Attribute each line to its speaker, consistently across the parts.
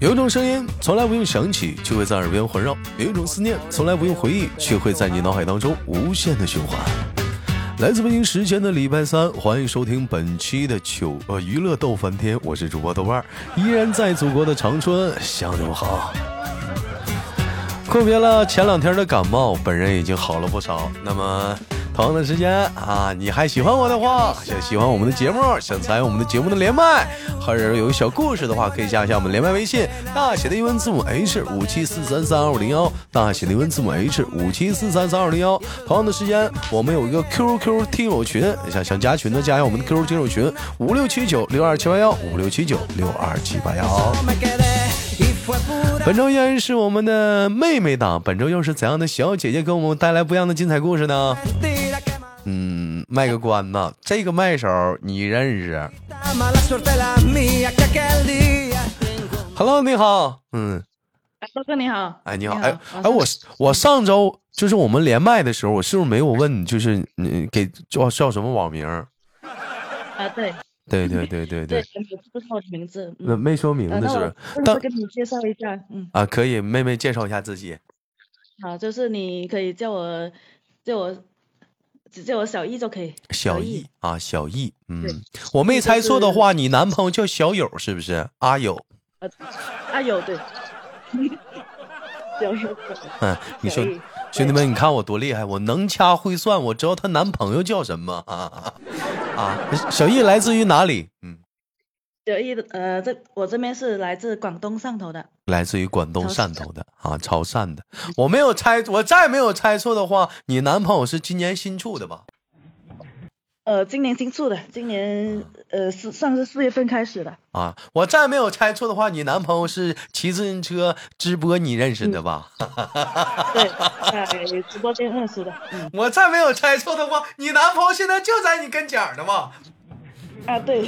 Speaker 1: 有一种声音从来不用想起，却会在耳边环绕；有一种思念从来不用回忆，却会在你脑海当中无限的循环。来自北京时间的礼拜三，欢迎收听本期的糗呃娱乐逗翻天，我是主播豆瓣儿，依然在祖国的长春向你们好。阔别了前两天的感冒，本人已经好了不少。那么同样的时间啊，你还喜欢我的话，想喜欢我们的节目，想参与我们的节目的连麦，或者有小故事的话，可以加一下我们连麦微信，大写的英文字母 H 五七四三三二五零幺，大写的英文字母 H 五七四三三二零幺。同样的时间，我们有一个 QQ 听友群，想想加群的加一下我们的 QQ 听友群五六七九六二七八幺五六七九六二七八幺。本周依然是我们的妹妹档，本周又是怎样的小姐姐给我们带来不一样的精彩故事呢？嗯，卖个关子，这个麦手你认识？Hello，你好，嗯，
Speaker 2: 豆哥你好，
Speaker 1: 哎，你好，
Speaker 2: 你
Speaker 1: 哎，
Speaker 2: 好
Speaker 1: 哎，我是我上周就是我们连麦的时候，我是不是没有问你，就是你给叫叫什么网名儿？
Speaker 2: 啊，对
Speaker 1: 对对对对对，，
Speaker 2: 我不知道我的名字，
Speaker 1: 那
Speaker 2: 嗯，
Speaker 1: 没说明
Speaker 2: 呃
Speaker 1: 的
Speaker 2: 那
Speaker 1: 是不
Speaker 2: 我
Speaker 1: 是，
Speaker 2: 我
Speaker 1: 但
Speaker 2: 再跟你介绍一下，嗯，
Speaker 1: 啊，可以，妹妹介绍一下自己，
Speaker 2: 好，就是你可以叫我叫我只叫我小易就可以，
Speaker 1: 小
Speaker 2: 易
Speaker 1: 易，啊，小易，
Speaker 2: 对
Speaker 1: 嗯，我没猜错的话，你男朋友叫小友是不是？阿友，
Speaker 2: 啊啊有对，有有，
Speaker 1: 嗯，你
Speaker 2: 小
Speaker 1: 说，
Speaker 2: 易
Speaker 1: 兄弟们，你看我多厉害，我能掐会算，我知道她男朋友叫什么 啊啊啊！小易来自于哪里？嗯，
Speaker 2: 小易的呃，这我这边是来自广东上头的，
Speaker 1: 来自于广东
Speaker 2: 潮
Speaker 1: 汕头的啊，潮汕的。我没有猜，我再没有猜错的话，你男朋友是今年新处的吧？
Speaker 2: 呃，今年新出的，今年呃是算是四月份开始的，
Speaker 1: 啊，我再没有猜错的话，你男朋友是骑自行车直播你认识的吧？
Speaker 2: 对，在直播间认识的，嗯
Speaker 1: 我再没有猜错的话，你男朋友现在就在你跟前儿呢吧？
Speaker 2: 啊对，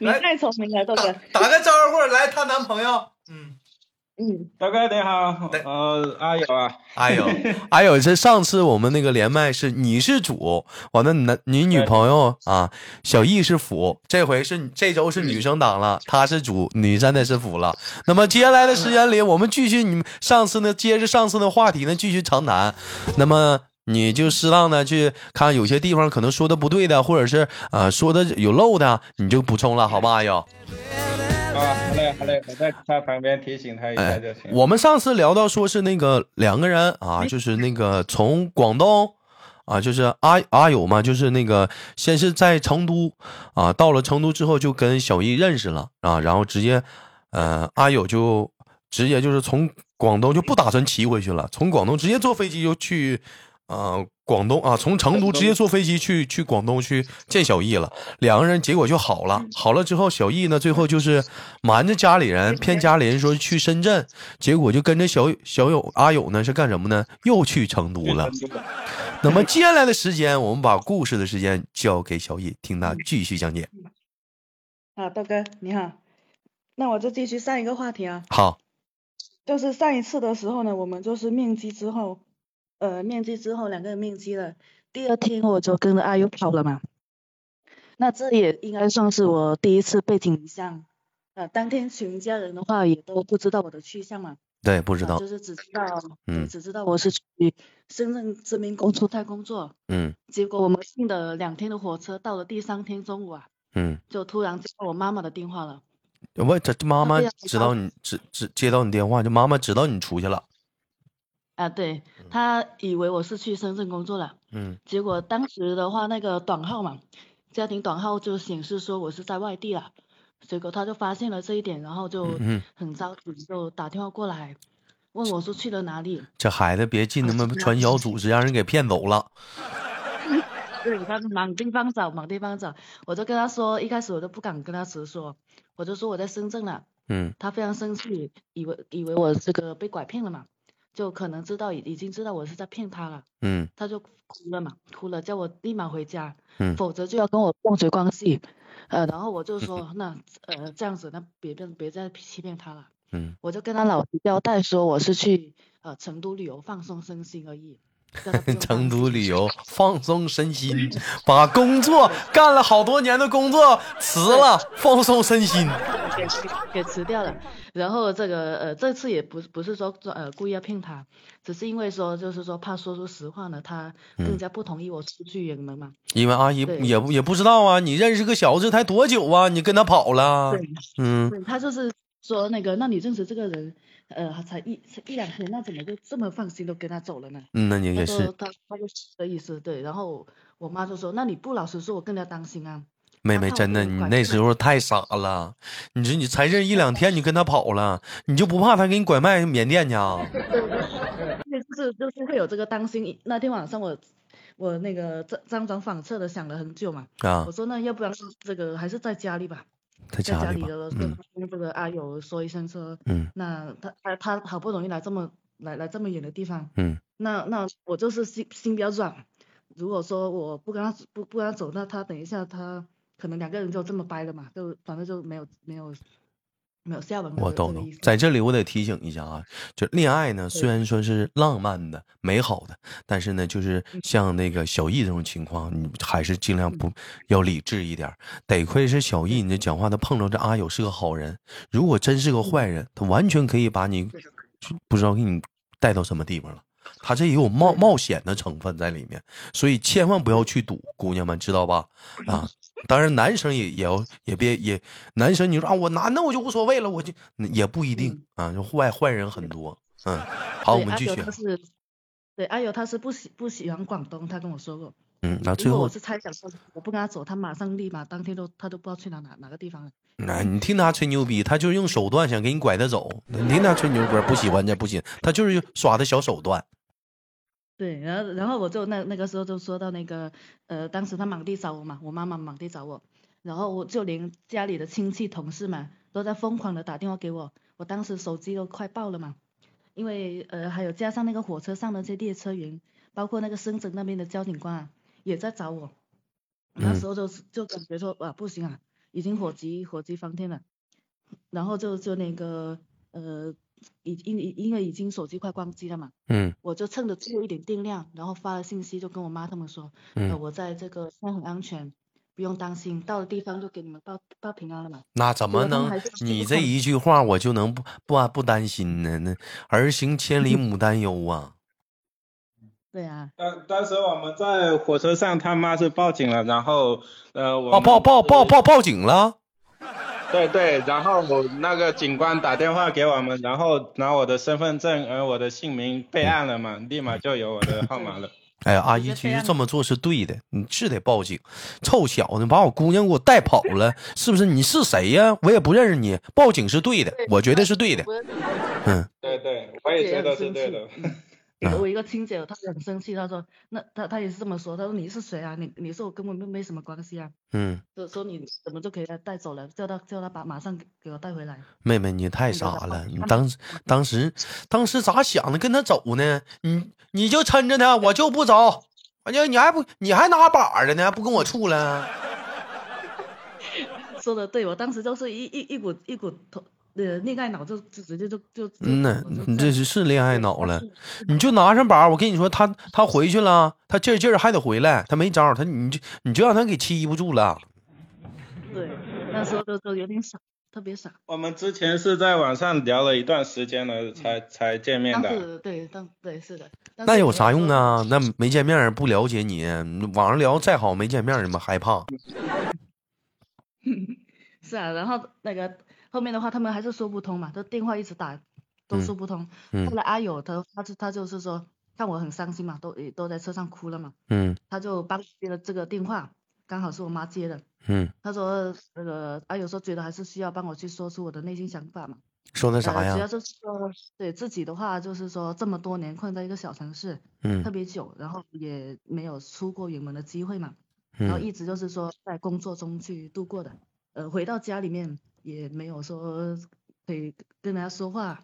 Speaker 2: 你太聪明了，豆哥，
Speaker 1: 打个招呼，来，她男朋友，嗯。
Speaker 2: 嗯。
Speaker 3: 大哥你好，呃，阿友啊，
Speaker 1: 哎呦，哎呦，这上次我们那个连麦是你是主，完了你男你女朋友啊，小易是辅，这回是这周是女生档了，她是主，你现在是辅了。那么接下来的时间里，我们继续你们上次呢，接着上次的话题呢，继续长谈。那么。你就适当的去看，有些地方可能说的不对的，或者是呃说的有漏的，你就补充了，好吧，阿哎友。
Speaker 3: 啊，好嘞好嘞，我在他旁边提醒他一下就行。
Speaker 1: 我们上次聊到说是那个两个人啊，就是那个从广东啊，就是阿阿友嘛，就是那个先是在成都啊，到了成都之后就跟小易认识了啊，然后直接呃阿友就直接就是从广东就不打算骑回去了，从广东直接坐飞机就去呃广东啊，从成都直接坐飞机去去广东去见小易了，两个人结果就好了，好了之后小易呢最后就是瞒着家里人，骗家里人说去深圳，结果就跟着小小友阿友呢是干什么呢？又去成都了。那么接下来的时间，我们把故事的时间交给小易，听他继续讲解。
Speaker 2: 好，啊豆哥你好，那我就继续上一个话题啊，
Speaker 1: 好，
Speaker 2: 就是上一次的时候呢，我们就是面基之后，呃，面基之后两个人面基了，第二天我就跟着阿优跑了嘛，那这也应该算是我第一次背井离乡，呃，当天全家人的话也都不知道我的去向嘛，
Speaker 1: 对，不知
Speaker 2: 啊
Speaker 1: 道
Speaker 2: 就，是只知道，对
Speaker 1: 嗯
Speaker 2: 只知道我是去深圳知名公司在工作，
Speaker 1: 嗯
Speaker 2: 结果我们订了两天的火车，到了第三天中午啊，
Speaker 1: 嗯，
Speaker 2: 就突然接到我妈妈的电话了。
Speaker 1: 我这这妈妈
Speaker 2: 对呀
Speaker 1: 知道你知知接到你电话，就妈妈知道你出去了。
Speaker 2: 啊，对，他以为我是去深圳工作了，
Speaker 1: 嗯
Speaker 2: 结果当时的话，那个短号嘛，家庭短号就显示说我是在外地了，结果他就发现了这一点，然后就
Speaker 1: 嗯嗯，
Speaker 2: 很着急，就打电话过来，问我说去了哪里。
Speaker 1: 这孩子别进他妈传销组织，让人给骗走了。
Speaker 2: 对，他就忙地方找，忙地方找，我就跟他说，一开始我都不敢跟他直说，我就说我在深圳了。
Speaker 1: 嗯
Speaker 2: 他非常生气，以为以为我这个被拐骗了嘛，就可能知道已已经知道我是在骗他了。
Speaker 1: 嗯
Speaker 2: 他就哭了嘛，哭了，叫我立马回家，
Speaker 1: 嗯
Speaker 2: 否则就要跟我断绝关系。呃，然后我就说，那呃这样子，那别别别再欺骗他了。
Speaker 1: 嗯
Speaker 2: 我就跟他老实交代说，我是去呃成都旅游放松身心而已。叫他不 用
Speaker 1: 成
Speaker 2: 担
Speaker 1: 都
Speaker 2: 心
Speaker 1: 旅游，放松身心，把工作干了好多年的工作辞了，放松身心。
Speaker 2: 给辞给辞掉了。然后这个呃，这次也不不是说呃故意要骗他，只是因为说就是说怕说出实话呢，他
Speaker 1: 嗯
Speaker 2: 更加不同意我出去远门嘛。
Speaker 1: 因为阿姨
Speaker 2: 对
Speaker 1: 也不也不知道啊，你认识个小子才多久啊？你跟他跑了？嗯，
Speaker 2: 对他就是说那个，那你认识这个人，呃，才一才一两天，那怎么就这么放心都跟他走了呢？
Speaker 1: 嗯那你
Speaker 2: 他
Speaker 1: 也
Speaker 2: 说
Speaker 1: 是，
Speaker 2: 他他就是这意思，对。然后我妈就说，那你不老实说，我更加担心啊。
Speaker 1: 妹
Speaker 2: 他
Speaker 1: 妹
Speaker 2: 怕我
Speaker 1: 真的，
Speaker 2: 被
Speaker 1: 你
Speaker 2: 拐
Speaker 1: 那
Speaker 2: 卖
Speaker 1: 时候太傻了。你说你才认识一两天，你跟他跑了，你就不怕他给你拐卖缅甸去啊？
Speaker 2: 对，就是就是会有这个担心。那天晚上我我那个辗辗转反侧的想了很久嘛，
Speaker 1: 啊
Speaker 2: 我，说那要不然这个还是在家里吧，
Speaker 1: 在
Speaker 2: 在
Speaker 1: 家里
Speaker 2: 里
Speaker 1: 吧
Speaker 2: 的，
Speaker 1: 嗯
Speaker 2: 跟跟这个阿友说一声说，
Speaker 1: 嗯
Speaker 2: 那他他他好不容易来这么来来这么远的地方，
Speaker 1: 嗯
Speaker 2: 那那我就是心心比较软，如果说我不跟他不不跟他走，那他等一下他可能两个人就这么掰了嘛，就反正就没有没有没有下文了，
Speaker 1: 我
Speaker 2: 这这
Speaker 1: 懂
Speaker 2: 个
Speaker 1: 懂
Speaker 2: 意思，
Speaker 1: 在这里我得提醒一下啊，就恋爱呢，虽然说是浪漫的、美好的，但是呢，就是
Speaker 2: 嗯
Speaker 1: 像那个小易这种情况，你还是尽量不要理智一点儿。得亏是小易，你这讲话他碰着这阿友是个好人，如果真是个坏人，他完全可以把你
Speaker 2: 对嗯的
Speaker 1: 不知道给你带到什么地方了。他这也有冒冒险的成分在里面，所以千万不要去赌，姑娘们知道吧？啊，当然男生也也要也别也，男生你说啊，我男的我就无所谓了，我就也不一定、啊，就坏坏人很多。嗯，好，我
Speaker 2: 嗯对
Speaker 1: 们
Speaker 2: 阿
Speaker 1: 继
Speaker 2: 友
Speaker 1: 续
Speaker 2: 他。是对阿友他是不喜不喜欢广东，他跟我说过，
Speaker 1: 嗯，那
Speaker 2: 如
Speaker 1: 最
Speaker 2: 果
Speaker 1: 后
Speaker 2: 我是猜想说我不跟他走，他马上立马当天都他都不知道去哪哪哪个地方了。
Speaker 1: 那、你听他吹牛逼，他就是用手段想给你拐着走。你听他吹牛逼，不喜欢这不行，他就是耍的小手段。
Speaker 2: 对，然后然后我就那那个时候就说到那个，呃，当时他满地找我嘛，我妈妈满地找我，然后我就连家里的亲戚同事们都在疯狂的打电话给我，我当时手机都快爆了嘛，因为呃还有加上那个火车上的那些列车员，包括那个深圳那边的交警官啊，也在找我，那
Speaker 1: 嗯
Speaker 2: 时候就是就感觉说啊不行啊，已经火急火急翻天了，然后就就那个呃已因因为已经手机快关机了嘛。
Speaker 1: 嗯
Speaker 2: 我就趁着最后一点电量，然后发了信息，就跟我妈他们说，呃，
Speaker 1: 嗯，
Speaker 2: 我在这个现在很安全，不用担心，到了地方就给你们报报平安了嘛。
Speaker 1: 那怎么
Speaker 2: 对他们
Speaker 1: 能
Speaker 2: 还是吃
Speaker 1: 你
Speaker 2: 不
Speaker 1: 这
Speaker 2: 胖
Speaker 1: 一句话我就能不不安不担心呢？那儿行千
Speaker 2: 嗯
Speaker 1: 里母担忧啊。
Speaker 2: 对啊，
Speaker 3: 当当时我们在火车上，他妈是报警了，然后呃，我
Speaker 1: 哦，报报报报报警了。
Speaker 3: 对对，然后我那个警官打电话给我们，然后拿我的身份证，而我的姓名备案了嘛，立马就有我的号码了。
Speaker 1: 哎，阿姨
Speaker 2: 觉得
Speaker 1: 其
Speaker 2: 这
Speaker 1: 实
Speaker 2: 样
Speaker 1: 这么做是对的，你是得报警。臭小子，把我姑娘给我带跑了，是不是？你是谁呀、我也不认识你，报警是对的，我觉得是对的。
Speaker 2: 我
Speaker 1: 嗯，
Speaker 3: 对对，我也觉得是对的。
Speaker 1: 啊
Speaker 2: 我一个亲姐，她很生气，她说，那她她也是这么说，她说你是谁啊？你你说我根本没没什么关系啊，
Speaker 1: 嗯，
Speaker 2: 就说你怎么就给他带走了，叫他叫他把马上给给我带回来。
Speaker 1: 妹妹你太傻了，你当时当时当时咋想的？跟他走呢？你你就抻着他，我就不走。完了，你还不你还拿把着呢，不跟我处了？
Speaker 2: 说的对，我当时就是一一一股一股头呃恋爱脑就就直接就就就
Speaker 1: 嗯呐
Speaker 2: 我就，
Speaker 1: 你
Speaker 2: 这
Speaker 1: 这
Speaker 2: 样
Speaker 1: 是是恋爱脑了。
Speaker 2: 是
Speaker 1: 你就拿上把，我跟你说，他他回去了，他劲儿劲儿还得回来，他没招儿，他你就你就让他给欺不住了。
Speaker 2: 对，那时候就就有点傻，特别傻。
Speaker 3: 我们之前是在网上聊了一段时间了，才才见面
Speaker 2: 当
Speaker 3: 的。
Speaker 2: 时对，当对是的。但
Speaker 1: 那
Speaker 2: 是
Speaker 1: 有
Speaker 2: 我
Speaker 1: 啥
Speaker 2: 那时
Speaker 1: 用
Speaker 2: 候？
Speaker 1: 啊？那没见面儿不了解你，网上聊再好没见面儿，你们害怕？
Speaker 2: 是啊，然后那个后面的话，他们还是说不通嘛，就电话一直打都
Speaker 1: 嗯
Speaker 2: 说不通。
Speaker 1: 嗯
Speaker 2: 后来阿友他他就他就是说，看我很伤心嘛，都也都在车上哭了嘛，
Speaker 1: 嗯
Speaker 2: 他就帮我接了这个电话，刚好是我妈接的。
Speaker 1: 嗯，
Speaker 2: 他说那个阿友说觉得还是需要帮我去说出我的内心想法嘛。
Speaker 1: 说那啥
Speaker 2: 呃主要
Speaker 1: 呀？
Speaker 2: 就是说对自己的话，就是说这么多年困在一个小城市，
Speaker 1: 嗯
Speaker 2: 特别久，然后也没有出过远门的机会嘛，然后
Speaker 1: 嗯
Speaker 2: 一直就是说在工作中去度过的，呃，回到家里面也没有说可以跟人家说话，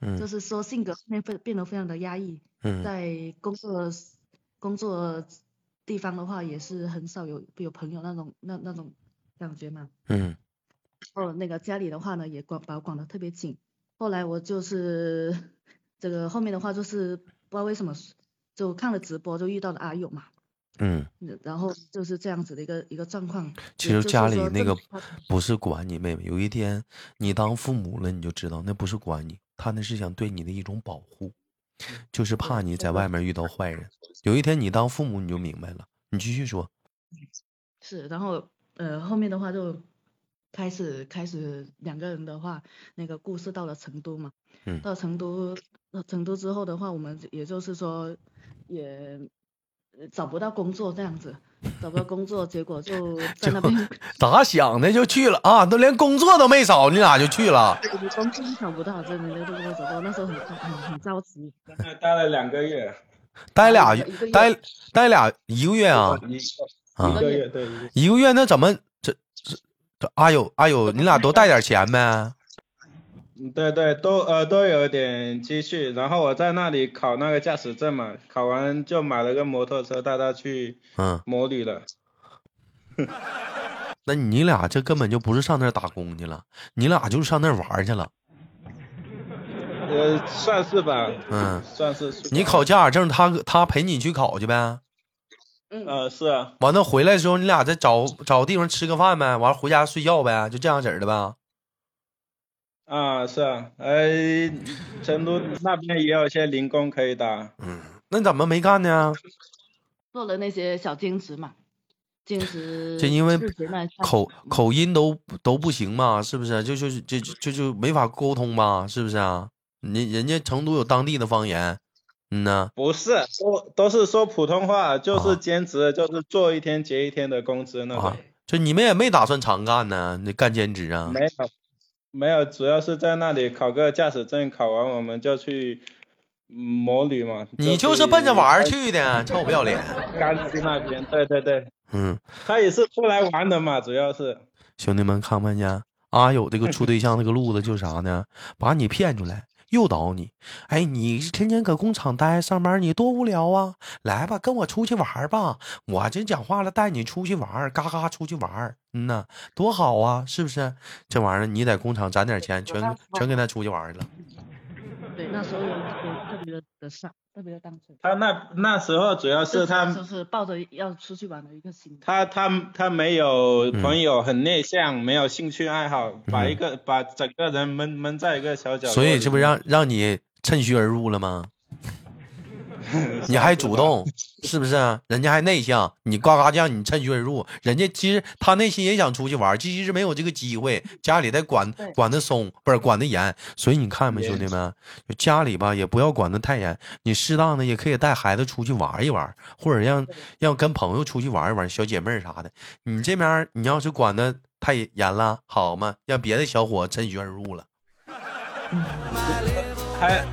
Speaker 2: 就
Speaker 1: 嗯
Speaker 2: 是说性格上面变变得非常的压抑，
Speaker 1: 嗯
Speaker 2: 在工作工作地方的话也是很少有有朋友那种那那种感觉嘛，
Speaker 1: 嗯
Speaker 2: 然后那个家里的话呢也管把我管得特别紧，后来我就是这个后面的话就是不知道为什么就看了直播就遇到了阿勇嘛，
Speaker 1: 嗯，
Speaker 2: 然后就是这样子的一个一个状况。
Speaker 1: 其
Speaker 2: 也
Speaker 1: 实
Speaker 2: 就是
Speaker 1: 家里
Speaker 2: 说
Speaker 1: 那
Speaker 2: 这
Speaker 1: 个
Speaker 2: 么多
Speaker 1: 不是管你妹妹，有一天你当父母了，你就知道那不是管你，他那是想对你的一种保护，就是怕你在外面遇到坏人。有一天你当父母你就明白了，你继续说，
Speaker 2: 是，然后呃后面的话就开始开始两个人的话，那个故事到了成都嘛，
Speaker 1: 嗯
Speaker 2: 到成都到成都之后的话，我们也就是说也呃找不到工作这样子，找不到工作，结果 就在那边
Speaker 1: 咋想的就去了啊，都连工作都没找，你俩就去 了。
Speaker 2: 工作找不到，真的那个工作找不到，那时候很很很着急，
Speaker 3: 那待了两个月，
Speaker 1: 待俩
Speaker 2: 一个一个月
Speaker 1: 待待俩一个月啊
Speaker 3: 一
Speaker 1: 啊
Speaker 3: 一个月对，一个
Speaker 1: 一个月那怎么这这这啊阿友阿友你俩多带点钱呗？
Speaker 3: 嗯对对，都呃都有点积蓄，然后我在那里考那个驾驶证嘛，考完就买了个摩托车带他去
Speaker 1: 嗯，
Speaker 3: 摩旅了。
Speaker 1: 那你俩这根本就不是上那儿打工去了，你俩就是上那儿玩儿去了。
Speaker 3: 呃，算是吧，
Speaker 1: 嗯
Speaker 3: 算是。
Speaker 1: 你考驾驶证，他他陪你去考去呗。
Speaker 2: 嗯，
Speaker 3: 呃是啊，
Speaker 1: 完了回来之后，你俩再找找地方吃个饭呗，完了回家睡觉呗，就这样式儿的呗。
Speaker 3: 啊是啊，哎，成都那边也有一些零工可以打，
Speaker 1: 那你怎么没干呢？
Speaker 2: 做了那些小兼职嘛，兼职
Speaker 1: 就因为
Speaker 2: 日职卖菜
Speaker 1: 口口音都都不行嘛，是不是？就就就就就就没法沟通吧，是不是啊？人人家成都有当地的方言，嗯呐，
Speaker 3: 不是都都是说普通话，就
Speaker 1: 啊
Speaker 3: 是兼职，就是做一天结一天的工资那
Speaker 1: 啊
Speaker 3: 种。，
Speaker 1: 就你们也没打算长干呢，你干兼职啊？
Speaker 3: 没有，没有，主要是在那里考个驾驶证，考完我们就去嗯摩旅嘛。
Speaker 1: 你
Speaker 3: 就
Speaker 1: 就是奔着玩儿
Speaker 3: 去
Speaker 1: 去的，臭不要脸。
Speaker 3: 甘肃那边，对对对，
Speaker 1: 嗯，
Speaker 3: 他也是出来玩的嘛，主要是。
Speaker 1: 兄弟们看没看见？阿友这个处对象这个路子就是啥呢？把你骗出来，诱导你。哎，你天天搁工厂待上班，你多无聊啊！来吧，跟我出去玩儿吧。我真讲话了，带你出去玩儿，嘎嘎出去玩儿。嗯呐，多好啊，是不是？这玩意儿你在工厂攒点钱，全全跟他出去玩儿去了。
Speaker 2: 对那时候有有特别的的上，特别的单纯。
Speaker 3: 他那那时候主要
Speaker 2: 就是就
Speaker 3: 他
Speaker 2: 是抱着要出去玩的一个心态。
Speaker 3: 他他他没有
Speaker 1: 嗯
Speaker 3: 朋友，很内向，没有兴趣爱好，把一个把整个人闷闷在一个小角落里。
Speaker 1: 所以这不让让你趁虚而入了吗？你还主动，是不是啊？人家还内向，你呱呱叫，你趁虚而入。人家其实他内心也想出去玩，其实没有这个机会，家里在管
Speaker 2: 对
Speaker 1: 管的松，不是管的严。所以你看没，
Speaker 3: 也
Speaker 1: 兄弟们，就家里吧也不要管的太严，你适当的也可以带孩子出去玩一玩，或者让让跟朋友出去玩一玩，小姐妹儿啥的。你这边儿你要是管的太严了，好嘛，让别的小伙趁虚而入了。
Speaker 3: 还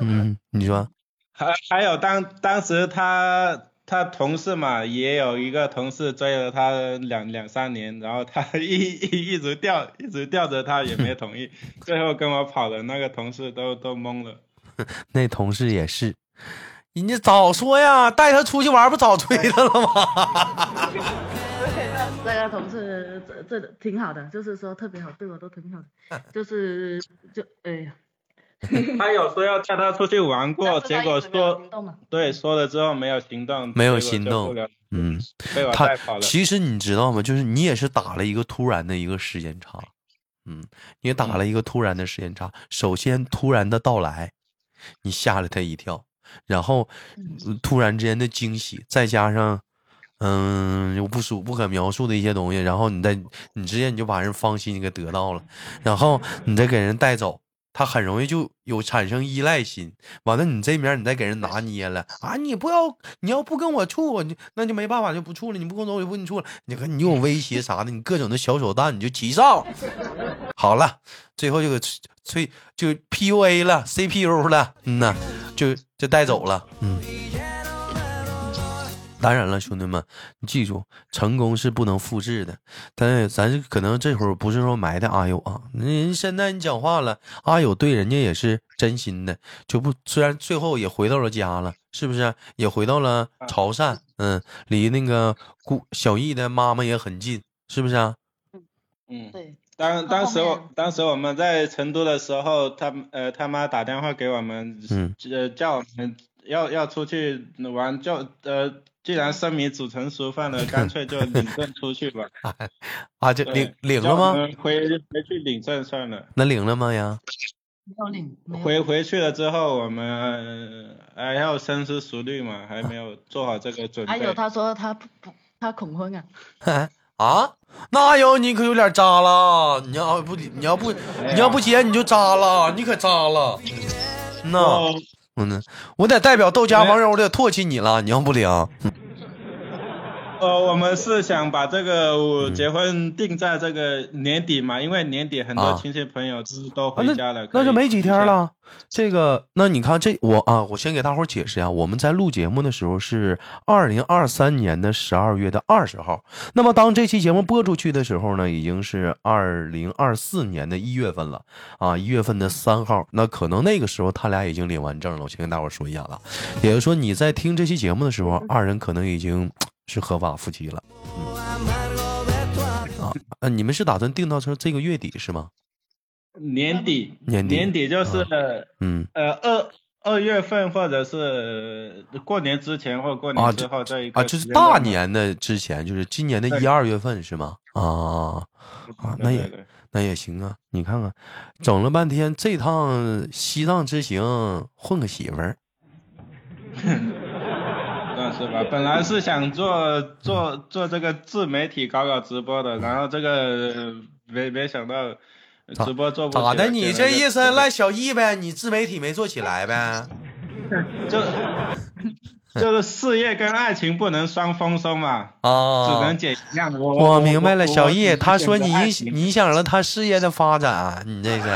Speaker 1: 嗯， 你说。
Speaker 3: 还还有当当时他他同事嘛，也有一个同事追了他两两三年，然后他 一一一直吊一直吊着他也没同意，最后跟我跑的那个同事都都懵了。
Speaker 1: 那同事也是，人家早说呀，带他出去玩不早追他了吗？
Speaker 2: 这个同事这这挺好的，就是说特别好，对我都挺好的，就是就哎呀，
Speaker 3: 他有说要带他出去玩过，
Speaker 2: 但是他
Speaker 3: 结果
Speaker 2: 一直没有
Speaker 3: 说
Speaker 2: 行动啊嘛，
Speaker 3: 对说了之后没有行动，
Speaker 1: 没有
Speaker 3: 结果
Speaker 1: 行
Speaker 3: 就
Speaker 1: 动
Speaker 3: 不了
Speaker 1: 嗯，
Speaker 3: 被我
Speaker 1: 他
Speaker 3: 带跑了。
Speaker 1: 其实你知道吗？就是你也是打了一个突然的一个时间差，嗯，你打了一个突然的时间差。首先突然的到来，你吓了他一跳，然后呃突然之间的惊喜，再加上。嗯，有不属不可描述的一些东西，然后你再你直接你就把人芳心给得到了，然后你再给人带走，他很容易就有产生依赖心。完了，你这面你再给人拿捏了啊！你不要，你要不跟我处，我就那就没办法，就不处了。你不跟我走，我就不跟你处了。你看你有威胁啥的，你各种的小手段，你就齐上。 好了，最后就给催催就 PUA 了，CPU 了，嗯呐，就就带走了。嗯，当然了，兄弟们，你记住，成功是不能复制的。但是咱可能这会儿不是说埋汰阿友啊，人现在你讲话了，阿友对人家也是真心的，就不虽然最后也回到了家了，是不是？也回到了潮汕，嗯，离那个姑小易的妈妈也很近，是不是啊？
Speaker 3: 嗯，
Speaker 2: 对，
Speaker 3: 当当时
Speaker 2: 后
Speaker 3: 我
Speaker 2: 面
Speaker 3: 当时我们在成都的时候，他呃他妈打电话给我们，
Speaker 1: 嗯
Speaker 3: 呃叫我们要要出去玩，就呃，既然生米煮成熟饭了，干脆就领证出去吧。
Speaker 1: 啊，这
Speaker 3: 对
Speaker 1: 领 领了
Speaker 3: 就
Speaker 1: 吗？
Speaker 3: 嗯回回去领证算了。
Speaker 1: 那领了吗呀？
Speaker 2: 没有领，没有
Speaker 3: 回回去了之后，我们呃还要深思熟虑嘛，还没有做好这个准备。
Speaker 2: 还有他说他不不他恐婚啊，
Speaker 1: 啊，那要你可有点渣了。你要不你要
Speaker 3: 哎
Speaker 1: 不你要不接你就渣了，你可渣了。那
Speaker 3: 哦哎
Speaker 1: 嗯，我得代表豆家网友，我得唾弃你了。你要不领，
Speaker 3: 呃，我们是想把这个
Speaker 1: 嗯
Speaker 3: 我结婚定在这个年底嘛，因为年底很多
Speaker 1: 啊
Speaker 3: 亲戚朋友都都
Speaker 1: 啊
Speaker 3: 回家了，
Speaker 1: 那
Speaker 3: 可以
Speaker 1: 就没几天
Speaker 3: 提前。
Speaker 1: 了。这个，那你看这我啊，我先给大伙儿解释啊，我们在录节目的时候是二零二三年的十二月的二十号，那么当这期节目播出去的时候呢，已经是二零二四年的一月份了啊，一月份的三号，那可能那个时候他俩已经领完证了。我先跟大伙儿说一下了，也就是说你在听这期节目的时候，二人可能已经是合法夫妻了。嗯啊，呃你们是打算定到说这个月底是吗？
Speaker 3: 年底，
Speaker 1: 年底
Speaker 3: 年底就是、
Speaker 1: 嗯，
Speaker 3: 呃二二月份或者是呃过年之前或过
Speaker 1: 啊
Speaker 3: 年
Speaker 1: 这
Speaker 3: 之后这一个
Speaker 1: 啊，就是
Speaker 3: 时间
Speaker 1: 大
Speaker 3: 段嘛
Speaker 1: 年的之前，就是今年的
Speaker 3: 对
Speaker 1: 一二月份是吗？啊，啊那
Speaker 3: 对
Speaker 1: 也
Speaker 3: 对对
Speaker 1: 那也行啊，你看看，整了半天，这趟西藏之行混个媳妇儿，
Speaker 3: 算是吧。本来是想做做做这个自媒体搞搞直播的，然后这个呃没没想到
Speaker 1: 咋
Speaker 3: 直播做不起
Speaker 1: 咋
Speaker 3: 来
Speaker 1: 的？你这意思
Speaker 3: 变成一个
Speaker 1: 赖小艺呗？你自媒体没做起来呗？
Speaker 3: 就就是事业跟爱情不能双丰收嘛，只
Speaker 1: 啊
Speaker 3: 能，捡一样。我
Speaker 1: 我明白了，小艺，他说你影
Speaker 3: 影
Speaker 1: 影响了他事业的发展，啊你这是。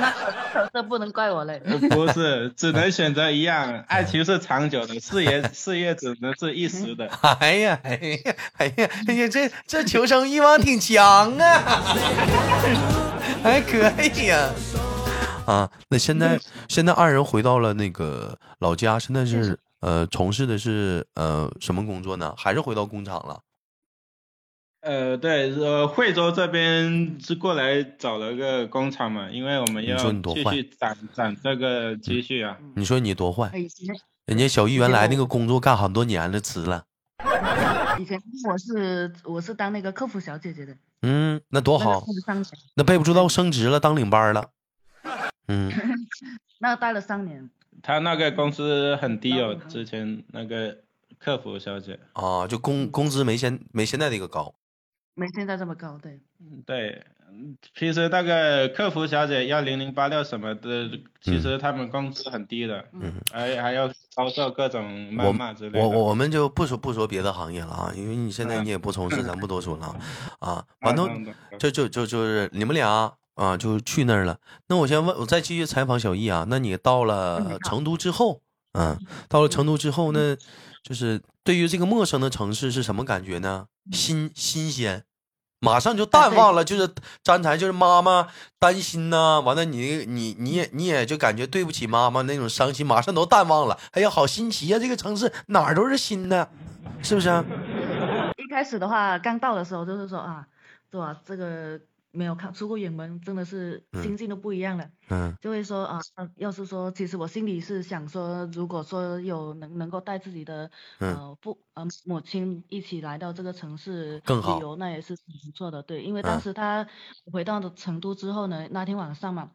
Speaker 2: 那可这不能怪我嘞。
Speaker 3: 不是，只能选择一样。
Speaker 1: 嗯
Speaker 3: 爱情是长久的，事业事业只能是一时的。
Speaker 1: 哎呀，哎呀，哎呀，哎呀，这这求生欲望挺强啊， 还可以呀、啊。那现在现在二人回到了那个老家，现在是呃从事的是呃什么工作呢？还是回到工厂了？嗯
Speaker 3: 呃，对，呃，惠州这边是过来找了个工厂嘛，因为我们要
Speaker 1: 你说你多
Speaker 3: 继
Speaker 1: 坏
Speaker 3: 续攒攒这个积蓄啊。
Speaker 1: 你说你多坏，
Speaker 2: 哎以前
Speaker 1: 人家小玉原来那个工作干很多年了，辞了。
Speaker 2: 以前我是我是当那个客服小姐姐的，
Speaker 1: 嗯，那多好
Speaker 2: 那，个上三
Speaker 1: 那背不住到升职了，当领班了。 嗯，
Speaker 2: 那个待了三年，
Speaker 3: 他那个工资很低哦，
Speaker 1: 嗯
Speaker 3: 之前那个客服小姐，
Speaker 1: 啊，就工工资没现没现在这个高。
Speaker 2: 没现在这么高，对，
Speaker 3: 对，嗯其实那个客服小姐幺零零八六什么的，其
Speaker 1: 嗯
Speaker 3: 实他们工资很低的，
Speaker 2: 嗯
Speaker 3: 还还要遭受各种谩
Speaker 1: 我
Speaker 3: 骂之类
Speaker 1: 我
Speaker 3: 的。
Speaker 1: 我我们就不说不说别的行业了啊，因为你现在
Speaker 3: 嗯
Speaker 1: 你也不从事，咱不多说了啊。啊，
Speaker 3: 啊
Speaker 1: 完头
Speaker 3: 懂懂懂
Speaker 1: 就就就就是你们俩啊，就去那儿了。那我先问，我再继续采访小易啊。那你到了成都之后，嗯，到了成都之后呢，就是对于这个陌生的城市是什么感觉呢？新新鲜。马上就淡忘了，就是刚才就是妈妈担心呐、完了你你你也你也就感觉对不起妈妈那种伤心，马上都淡忘了。哎呀，好新奇呀、这个城市哪儿都是新的，是不是、啊？
Speaker 2: 一开始的话，刚到的时候就是说啊，对吧、这个没有看出过远门，真的是
Speaker 1: 嗯
Speaker 2: 心境都不一样了，
Speaker 1: 嗯
Speaker 2: 就会说啊，要是说，其实我心里是想说，如果说有能能够带自己的、
Speaker 1: 嗯
Speaker 2: 呃父呃母亲一起来到这个城市
Speaker 1: 更好
Speaker 2: 旅游，那也是挺不错的，对，因为
Speaker 1: 嗯
Speaker 2: 当时他回到的成都之后呢，那天晚上嘛，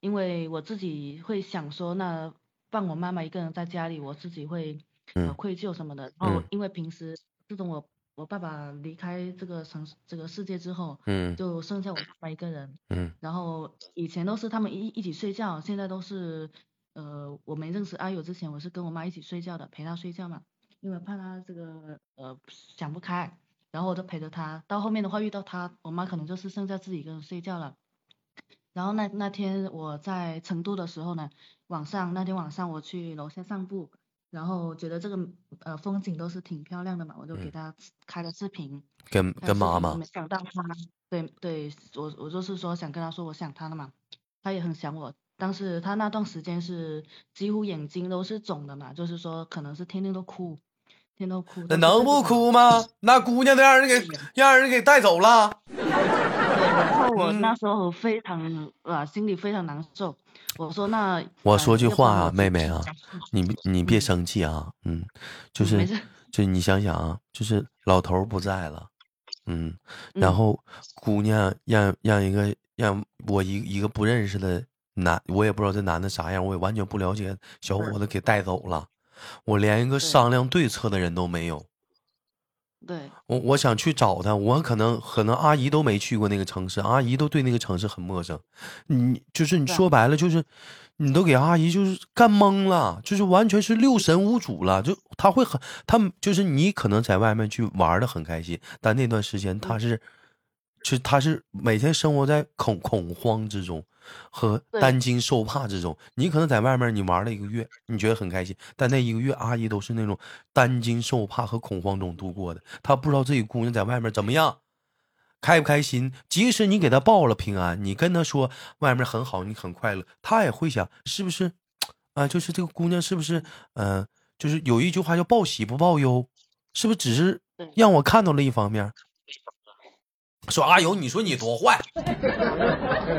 Speaker 2: 因为我自己会想说，那放我妈妈一个人在家里，我自己会呃
Speaker 1: 嗯
Speaker 2: 愧疚什么的，然后
Speaker 1: 嗯
Speaker 2: 因为平时自从我我爸爸离开这个城市这个世界之后，
Speaker 1: 嗯
Speaker 2: 就剩下我妈妈一个人。
Speaker 1: 嗯
Speaker 2: 然后以前都是他们一一起睡觉，现在都是，呃，我没认识阿友之前，我是跟我妈一起睡觉的，陪她睡觉嘛，因为怕她这个呃想不开，然后我就陪着她。到后面的话遇到她，我妈可能就是剩下自己一个人睡觉了。然后那那天我在成都的时候呢，晚上那天晚上我去楼下散步，然后觉得这个呃风景都是挺漂亮的嘛，我就给
Speaker 1: 嗯
Speaker 2: 她开了视频。
Speaker 1: 跟
Speaker 2: 但
Speaker 1: 跟
Speaker 2: 是
Speaker 1: 妈
Speaker 2: 我
Speaker 1: 妈
Speaker 2: 没想到他，对对，我我就是说想跟他说我想他了嘛，他也很想我。但是他那段时间是几乎眼睛都是肿的嘛，就是说可能是天天都哭，天天都哭。
Speaker 1: 那
Speaker 2: 但是
Speaker 1: 能
Speaker 2: 这
Speaker 1: 不
Speaker 2: 个
Speaker 1: 哭吗？那姑娘都让人给让人给带走了。
Speaker 2: 对然后我
Speaker 1: 嗯
Speaker 2: 那时候非常啊，心里非常难受。我说那
Speaker 1: 我
Speaker 2: 呃
Speaker 1: 说句
Speaker 2: 要不然
Speaker 1: 话啊
Speaker 2: 我自
Speaker 1: 妹
Speaker 2: 己
Speaker 1: 妹啊
Speaker 2: 想
Speaker 1: 你你别
Speaker 2: 嗯
Speaker 1: 生气啊，嗯，就
Speaker 2: 嗯
Speaker 1: 是
Speaker 2: 没事
Speaker 1: 就你想想啊，就是老头儿不在了，嗯，然
Speaker 2: 嗯
Speaker 1: 后姑娘让让一个让我一一个不认识的男，我也不知道这男的啥样，我也完全不了解，小伙子给带走了，我连一个
Speaker 2: 对
Speaker 1: 商量对策的人都没有。
Speaker 2: 对
Speaker 1: 我我想去找他，我可能可能阿姨都没去过那个城市，阿姨都对那个城市很陌生。你就是你
Speaker 2: 对
Speaker 1: 说白了就是，你都给阿姨就是干懵了，就是完全是六神无主了。就他会很，他们就是你可能在外面去玩的很开心，但那段时间他
Speaker 2: 嗯
Speaker 1: 是，就他是每天生活在恐恐慌之中和
Speaker 2: 对
Speaker 1: 担惊受怕之中。你可能在外面你玩了一个月，你觉得很开心，但那一个月阿姨都是那种担惊受怕和恐慌中度过的。她不知道自己姑娘在外面怎么样，开不开心。即使你给她报了平安，你跟她说外面很好，你很快乐，她也会想是不是啊、就是这个姑娘是不是嗯、呃就是有一句话叫报喜不报忧，是不是只是
Speaker 2: 对
Speaker 1: 让我看到了一方面？说阿友，你说你多坏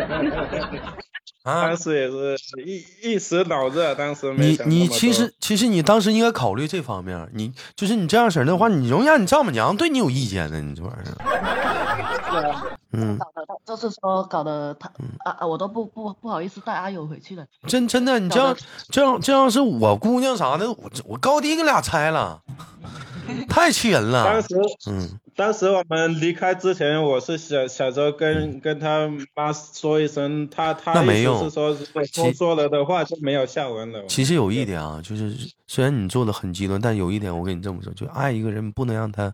Speaker 1: 啊！
Speaker 3: 当时也是一一时脑热，当时没
Speaker 1: 你
Speaker 3: 想那
Speaker 1: 你
Speaker 3: 么
Speaker 1: 其
Speaker 3: 多
Speaker 1: 实其实你当时应该考虑这方面儿，你就是你这样式儿的话，你容易让你丈母娘对你有意见呢，你这玩意儿。嗯，
Speaker 2: 搞得他就是说搞得他啊啊，我都不不不好意思带阿友回去了。
Speaker 1: 真真的，你这
Speaker 2: 搞
Speaker 1: 样
Speaker 2: 得
Speaker 1: 这样这样是我姑娘啥的，我我高低给俩拆了，太气人
Speaker 3: 当
Speaker 1: 了。
Speaker 3: 时
Speaker 1: 嗯，
Speaker 3: 当时我们离开之前，我是想想着跟跟他妈说一声，他
Speaker 1: 嗯那
Speaker 3: 他
Speaker 1: 没
Speaker 3: 意思
Speaker 1: 用
Speaker 3: 是说，如果
Speaker 1: 其
Speaker 3: 说说了的话就没有下文了。
Speaker 1: 其实有一点啊，就是虽然你做的很极端，但有一点我跟你这么说，就爱一个人不能让他，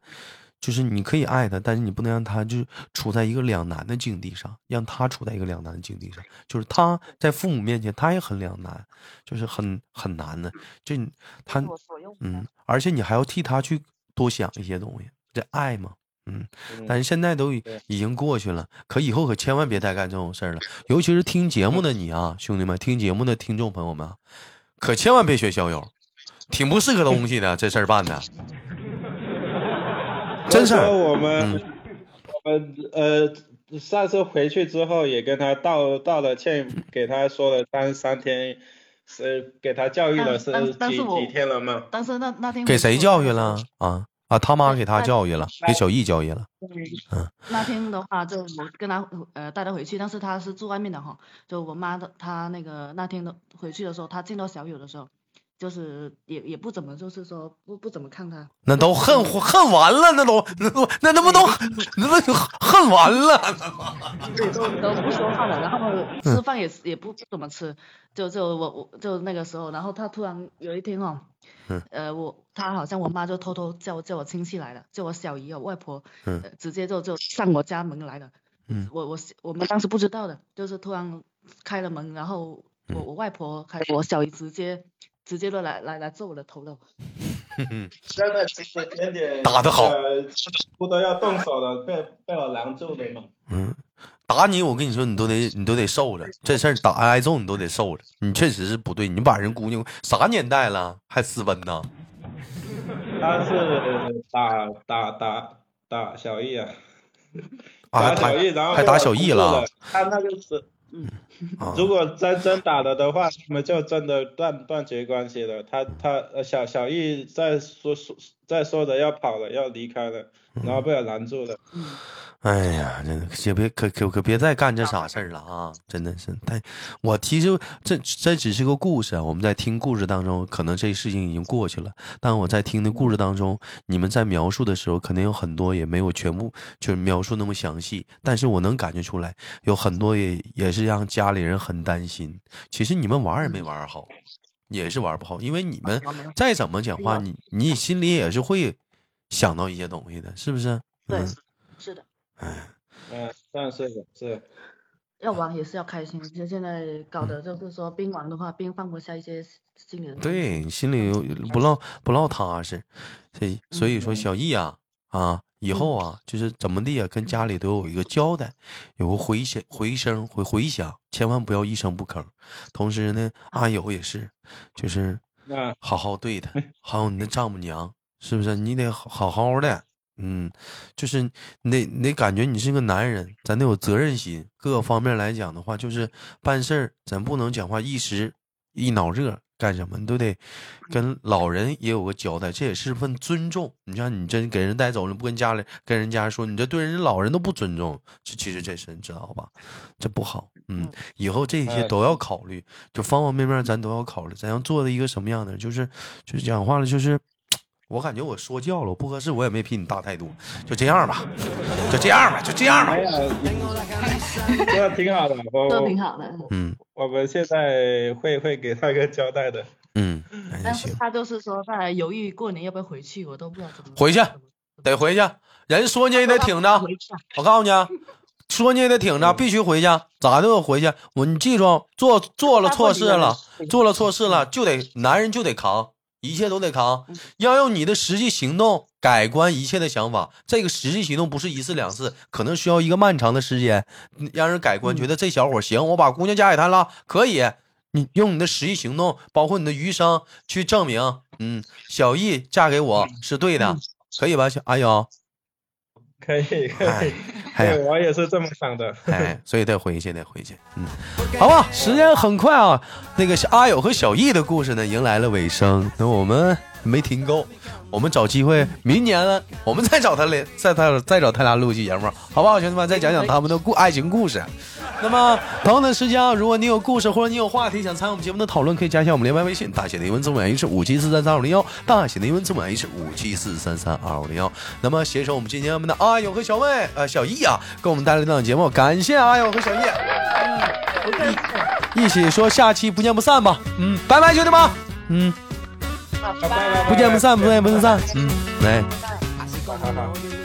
Speaker 1: 就是你可以爱他，但是你不能让他就是处在一个两难的境地上，让他处在一个两难的境地上，就是他在父母面前他也很两难，就是很很难的，就你他
Speaker 2: 我所用的
Speaker 1: 嗯，而且你还要替他去多想一些东西，这爱嘛。嗯，
Speaker 3: 嗯
Speaker 1: 但是现在都已
Speaker 3: 对
Speaker 1: 已经过去了，可以后可千万别再干这种事儿了。尤其是听节目的
Speaker 3: 嗯
Speaker 1: 你啊，兄弟们，听节目的听众朋友们啊，可千万别学校友，挺不是个东西的，这事儿办的，真事
Speaker 3: 所以说
Speaker 1: 儿。嗯
Speaker 3: 我们、我们呃上次回去之后也跟他道道了
Speaker 1: 嗯
Speaker 3: 歉，给他说了三三天，是给他教育了
Speaker 2: 但
Speaker 3: 是
Speaker 2: 但但
Speaker 3: 几
Speaker 2: 是我
Speaker 3: 几天了嘛？
Speaker 2: 但是那那
Speaker 3: 嗯
Speaker 2: 天
Speaker 1: 给
Speaker 2: 回
Speaker 1: 谁
Speaker 2: 去我
Speaker 1: 教
Speaker 2: 真
Speaker 1: 育
Speaker 2: 的
Speaker 1: 了
Speaker 2: 是
Speaker 1: 啊？啊，他妈给他教育了，给小易教育了。嗯
Speaker 2: 嗯，那天的话就我跟他呃带他回去，但是他是住外面的哈。就我妈的，她那个那天的回去的时候，她见到小友的时候，就是也也不怎么就是说不不怎么看他，
Speaker 1: 那都恨
Speaker 3: 嗯
Speaker 1: 恨完了，那都那都那那不都 那不就恨完 了？
Speaker 2: 对，都都不说话了。然
Speaker 1: 嗯
Speaker 2: 后吃饭也也不不怎么吃，就就我我就那个时候，然后他突然有一天哦
Speaker 1: 嗯，
Speaker 2: 呃我他好像我妈就偷偷叫我叫我亲戚来了，叫我小姨我哦外婆，
Speaker 1: 嗯
Speaker 2: 呃直接就就上我家门来了。
Speaker 1: 嗯
Speaker 2: 我我是我们当时不知道的，就是突然开了门，然后我
Speaker 1: 嗯
Speaker 2: 我外婆还有我小姨直接直接就来来来揍我的头了。
Speaker 3: 真的其实点点
Speaker 1: 打得好
Speaker 3: 呃不都要动手了，被被我拦住了嘛。
Speaker 1: 嗯，打你，我跟你说，你都得你都得受着这事儿，打挨揍你都得受着。你确实是不对，你把人姑娘啥年代了还私奔呢？
Speaker 3: 他是打打打打小易啊，
Speaker 1: 啊，还
Speaker 3: 打小易，然后
Speaker 1: 还还打小易
Speaker 3: 被我控制
Speaker 1: 了
Speaker 3: 了。他那个是，
Speaker 1: 啊！
Speaker 3: 如果真真打了的话，他们就真的断断绝关系了。他他呃小小易在说说在说着要跑了，要离开了，
Speaker 1: 嗯
Speaker 3: 然后被我拦住了。
Speaker 2: 嗯，
Speaker 1: 哎呀，真的可别可可可别再干这傻事儿了啊！真的是，但我其实这这只是个故事啊。我们在听故事当中，可能这事情已经过去了，但我在听的故事当中，你们在描述的时候，可能有很多也没有全部就是描述那么详细，但是我能感觉出来，有很多也也是让家里人很担心。其实你们玩儿也没玩儿好，也是玩儿不啊好，因为啊你们
Speaker 2: 好没有
Speaker 1: 再怎么讲话，
Speaker 2: 没
Speaker 1: 你你心里也是会想到一些东西的，是不是？
Speaker 2: 对
Speaker 1: 嗯，
Speaker 2: 是的，
Speaker 3: 嗯，但是也是
Speaker 2: 要玩也是要开心。就现在搞的就是说，边玩的话边放不下一些心里的东西。
Speaker 1: 对，你心里有不落不落踏实，所以所以说小易啊啊，以后啊就是怎么地啊，跟家里都有一个交代，有个回响回声回回响，千万不要一声不吭。同时呢，阿友也是，就是
Speaker 3: 那
Speaker 1: 好好对他，还有你的丈母娘，是不是？你得好好好的，嗯，就是你你感觉你是个男人，咱得有责任心，各个方面来讲的话，就是办事儿咱不能讲话一时一脑热干什么，你都得跟老人也有个交代，这也是份尊重。你像你真给人带走了，不跟家里跟人家说，你这对人家老人都不尊重，这其实这是你知道吧？这不好。嗯
Speaker 2: 嗯，
Speaker 1: 以后这些
Speaker 3: 哎
Speaker 1: 都要考虑，就方方面面咱都要考虑，咱要做的一个什么样的人，就是就是讲话了，就是。我感觉我说教了，我不合适，我也没比你大太多，就这样吧，就这样吧，就这样吧
Speaker 3: 没。有，这挺哎好的，我
Speaker 2: 都
Speaker 3: 我
Speaker 2: 挺好的。
Speaker 1: 嗯
Speaker 3: 我们现在会会给他一个交代的。
Speaker 1: 嗯，那
Speaker 2: 但
Speaker 1: 就是行，
Speaker 2: 他就是说他还犹豫过年要不要回去，我都不知道怎么
Speaker 1: 回去
Speaker 2: 怎么
Speaker 1: 得回去，人说你也得挺着。
Speaker 2: 回去啊
Speaker 1: 我告诉你，啊，说你也得挺着，必须回去，咋都得回去。我你记住，做做了错事了，做了错事了就得男人就得扛，一切都得扛，要用你的实际行动改观一切的想法。这个实际行动不是一次两次，可能需要一个漫长的时间，嗯让人改观，觉得这小伙行，我把姑娘嫁给他了，可以。你用你的实际行动，包括你的余生，去证明，嗯，小易嫁给我是对的，可以吧，小哎阿友？
Speaker 3: 可以，可
Speaker 1: 哎
Speaker 3: 以，，
Speaker 1: 哎呀
Speaker 3: 对，我也是这么想的。
Speaker 1: 哎，所以得回去，得回去，嗯，好吧，时间很快啊，那个小阿友和小易的故事呢，迎来了尾声，那我们没停够，我们找机会，明年呢，我们再找他来，再他再找他俩录期节目，好不好，兄弟们，再讲讲他们的故爱情故事。那么同样的时间啊，如果你有故事或者你有话题想参与我们节目的讨论，可以加一下我们连麦微信，大写的英文字母 H 五七四三三二零幺，大写的英文字母 H 五七四三三二零幺。那么携手我们今天我们的阿友和小妹呃小易啊，给我们带来这档节目，感谢阿友和小易，
Speaker 2: 不客气，
Speaker 1: 一起说下期不见不散吧。嗯，拜拜，兄弟们。嗯，
Speaker 3: 拜拜
Speaker 1: 不见不散，不见不散。嗯，来。
Speaker 3: 好好好。